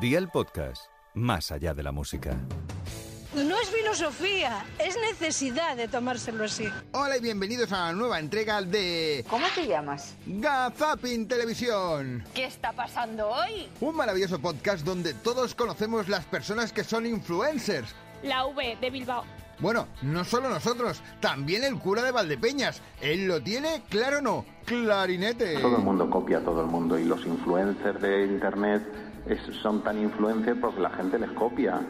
Día el podcast, más allá de la música. No es filosofía, es necesidad de tomárselo así. Hola y bienvenidos a la nueva entrega de ¿Cómo te llamas? Gazapin Televisión. ¿Qué está pasando hoy? Un maravilloso podcast donde todos conocemos las personas que son influencers. La V de Bilbao. Bueno, no solo nosotros, también el cura de Valdepeñas. Él lo tiene, claro no, clarinete. Todo el mundo copia a todo el mundo y los influencers de Internet es- son tan influencers porque la gente les copia.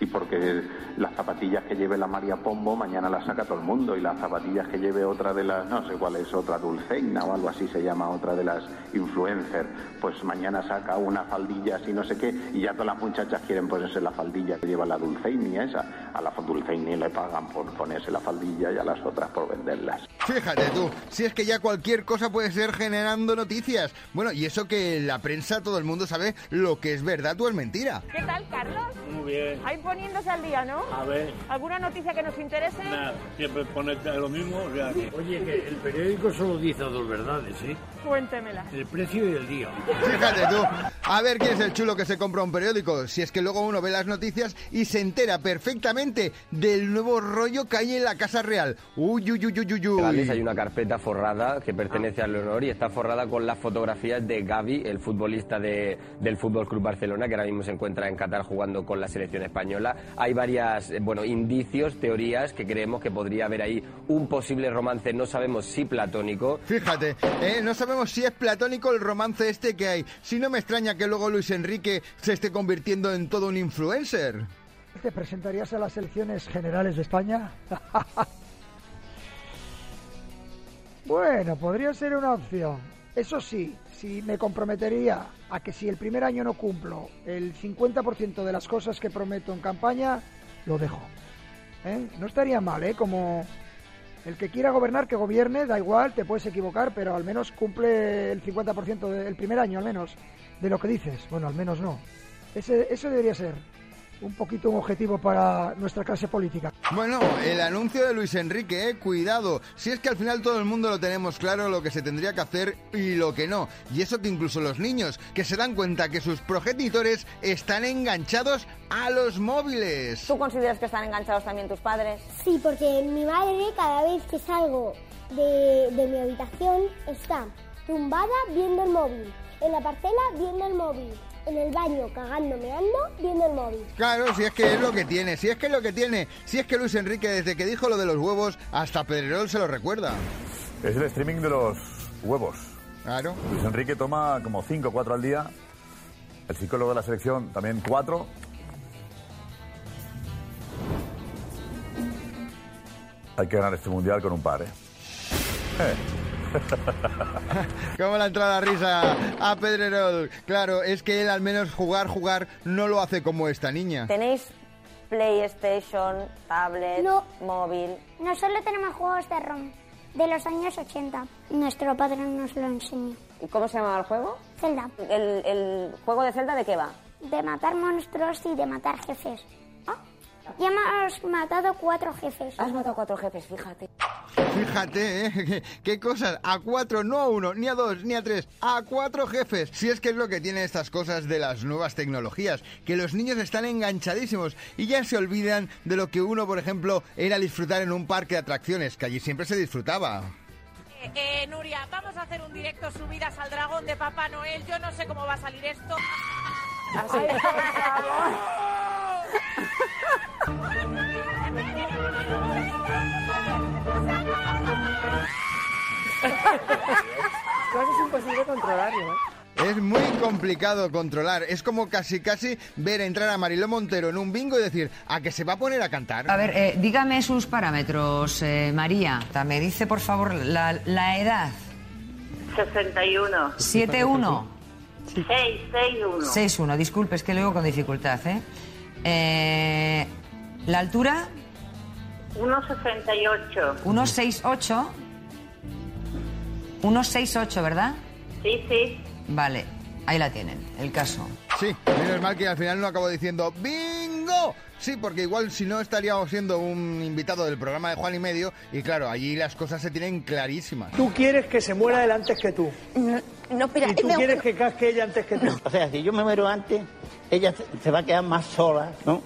Y porque las zapatillas que lleve la María Pombo mañana las saca todo el mundo y las zapatillas que lleve otra de las, no sé cuál es, otra Dulceina o algo así se llama, otra de las influencers, pues mañana saca una faldilla así no sé qué y ya todas las muchachas quieren ponerse la faldilla que lleva la Dulceina esa. A la Dulceini le pagan por ponerse la faldilla y a las otras por venderlas. Fíjate tú, si es que ya cualquier cosa puede ser generando noticias. Bueno, y eso que la prensa todo el mundo sabe lo que es verdad o es mentira. ¿Qué tal, Carlos? Muy bien. Ahí poniéndose al día, ¿no? A ver, ¿Alguna noticia que nos interese? nada, siempre ponerte lo mismo. O sea, que- Oye, que el periódico solo dice dos verdades, ¿eh? Cuéntemela. El precio y el día. Fíjate tú, a ver quién es el chulo que se compra un periódico. Si es que luego uno ve las noticias y se entera perfectamente del nuevo rollo que hay en la Casa Real. Uy, uy, uy, uy, uy, uy. hay una carpeta forrada que pertenece a Leonor y está forrada con las fotografías de Gaby, el futbolista de- del Fútbol Club Barcelona, que ahora mismo se encuentra en Qatar jugando con la selección española. Hay varias, eh, bueno, indicios, teorías que creemos que podría haber ahí un posible romance, no sabemos si platónico. Fíjate, ¿eh? no sabemos si es platónico el romance este que hay. Si no me extraña que luego Luis Enrique se esté convirtiendo en todo un influencer. ¿Te presentarías a las elecciones generales de España? bueno, podría ser una opción. Eso sí, si me comprometería a que si el primer año no cumplo el 50% de las cosas que prometo en campaña, lo dejo. ¿Eh? No estaría mal, ¿eh? Como el que quiera gobernar, que gobierne, da igual, te puedes equivocar, pero al menos cumple el 50% del primer año, al menos, de lo que dices. Bueno, al menos no. Ese, ese debería ser un poquito un objetivo para nuestra clase política. Bueno, el anuncio de Luis Enrique, eh, cuidado. Si es que al final todo el mundo lo tenemos claro lo que se tendría que hacer y lo que no. Y eso que incluso los niños, que se dan cuenta que sus progenitores están enganchados a los móviles. ¿Tú consideras que están enganchados también tus padres? Sí, porque mi madre cada vez que salgo de, de mi habitación está tumbada viendo el móvil, en la parcela viendo el móvil, en el baño cagándome ando viendo el móvil. Claro, si es que es lo que tiene, si es que es lo que tiene, si es que Luis Enrique desde que dijo lo de los huevos hasta Pedrerol se lo recuerda. Es el streaming de los huevos. Claro. Luis Enrique toma como 5 o 4 al día. El psicólogo de la selección también 4. Hay que ganar este mundial con un par, ¿eh? Como la entrada risa a Pedrerol. Claro, es que él al menos jugar, jugar no lo hace como esta niña. ¿Tenéis PlayStation, tablet, móvil? Nosotros tenemos juegos de ROM de los años 80. Nuestro padre nos lo enseñó. ¿Y cómo se llamaba el juego? Zelda, ¿El, el juego de Zelda de qué va? de matar monstruos y de matar jefes. Ya hemos matado cuatro jefes. Has matado cuatro jefes, fíjate. Fíjate, ¿eh? Qué- Qué cosas. A cuatro, no a uno, ni a dos, ni a tres. A cuatro jefes. Si es que es lo que tienen estas cosas de las nuevas tecnologías. Que los niños están enganchadísimos y ya se olvidan de lo que uno, por ejemplo, era disfrutar en un parque de atracciones, que allí siempre se disfrutaba. Eh, eh, Nuria, vamos a hacer un directo subidas al dragón de Papá Noel. Yo no sé cómo va a salir esto. Casi es imposible controlarlo. ¿eh? Es muy complicado controlar. Es como casi casi ver entrar a Mariló Montero en un bingo y decir, ¿a que se va a poner a cantar? A ver, eh, dígame sus parámetros, eh, María. Me dice, por favor, la, la edad. 61. 7-1. 661. 6-1. Disculpe, es que luego con dificultad, ¿eh? Eh, la altura, 168. 1-6-8. 1-6-8, ¿verdad? Sí, sí. Vale, ahí la tienen, el caso. Sí, menos mal que al final no acabo diciendo ¡Bingo! Sí, porque igual si no estaríamos siendo un invitado del programa de Juan y Medio y claro, allí las cosas se tienen clarísimas. Tú quieres que se muera él antes que tú. No, espera, Y tú me- quieres que casque ella antes que tú. O sea, si yo me muero antes, ella se- se va a quedar más sola, ¿no?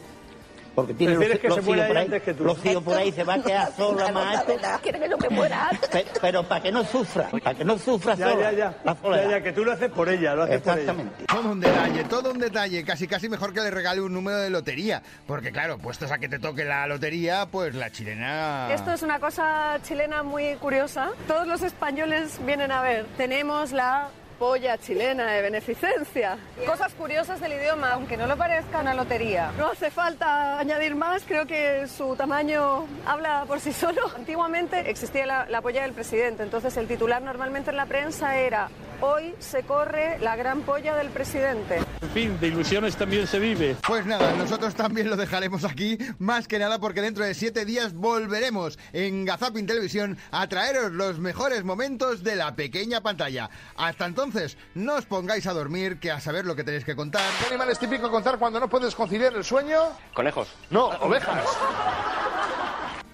Porque tiene los, Prefieres que se los muera hijos por ella ahí, antes que tú. los hijos por ahí, se va a quedar sola más. Quiere que yo me muera antes. Pero, para que no sufra, para que no sufra Ya, sola. ya, ya. La soledad. Ya, ya, que tú lo haces por ella, lo haces por ella. Exactamente. Todo un detalle, todo un detalle. Casi, casi mejor que le regale un número de lotería. Porque claro, puestos a que te toque la lotería, pues la chilena... Esto es una cosa chilena muy curiosa. Todos los españoles vienen a ver. Tenemos la polla chilena de beneficencia. Cosas curiosas del idioma, aunque no lo parezca una lotería. No hace falta añadir más, creo que su tamaño habla por sí solo. Antiguamente existía la, la polla del presidente, entonces el titular normalmente en la prensa era Hoy se corre la gran polla del presidente. En fin, de ilusiones también se vive. Pues nada, nosotros también lo dejaremos aquí, más que nada porque dentro de siete días volveremos en Gazapin Televisión a traeros los mejores momentos de la pequeña pantalla. Hasta entonces, no os pongáis a dormir, que a saber lo que tenéis que contar. ¿Qué animal es típico contar cuando no puedes conciliar el sueño? Conejos. No, ovejas.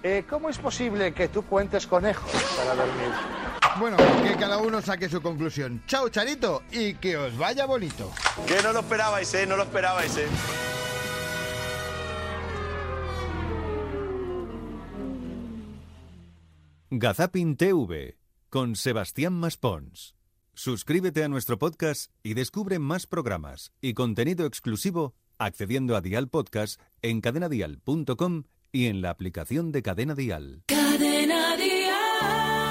Eh, ¿Cómo es posible que tú cuentes conejos para dormir? Bueno, que cada uno saque su conclusión. Chao, Charito, y que os vaya bonito. Que no lo esperabais, ¿eh? No lo esperabais, ¿eh? Gazapin TV con Sebastián Maspons. Suscríbete a nuestro podcast y descubre más programas y contenido exclusivo accediendo a Dial Podcast en cadenadial.com y en la aplicación de Cadena Dial. Cadena Dial.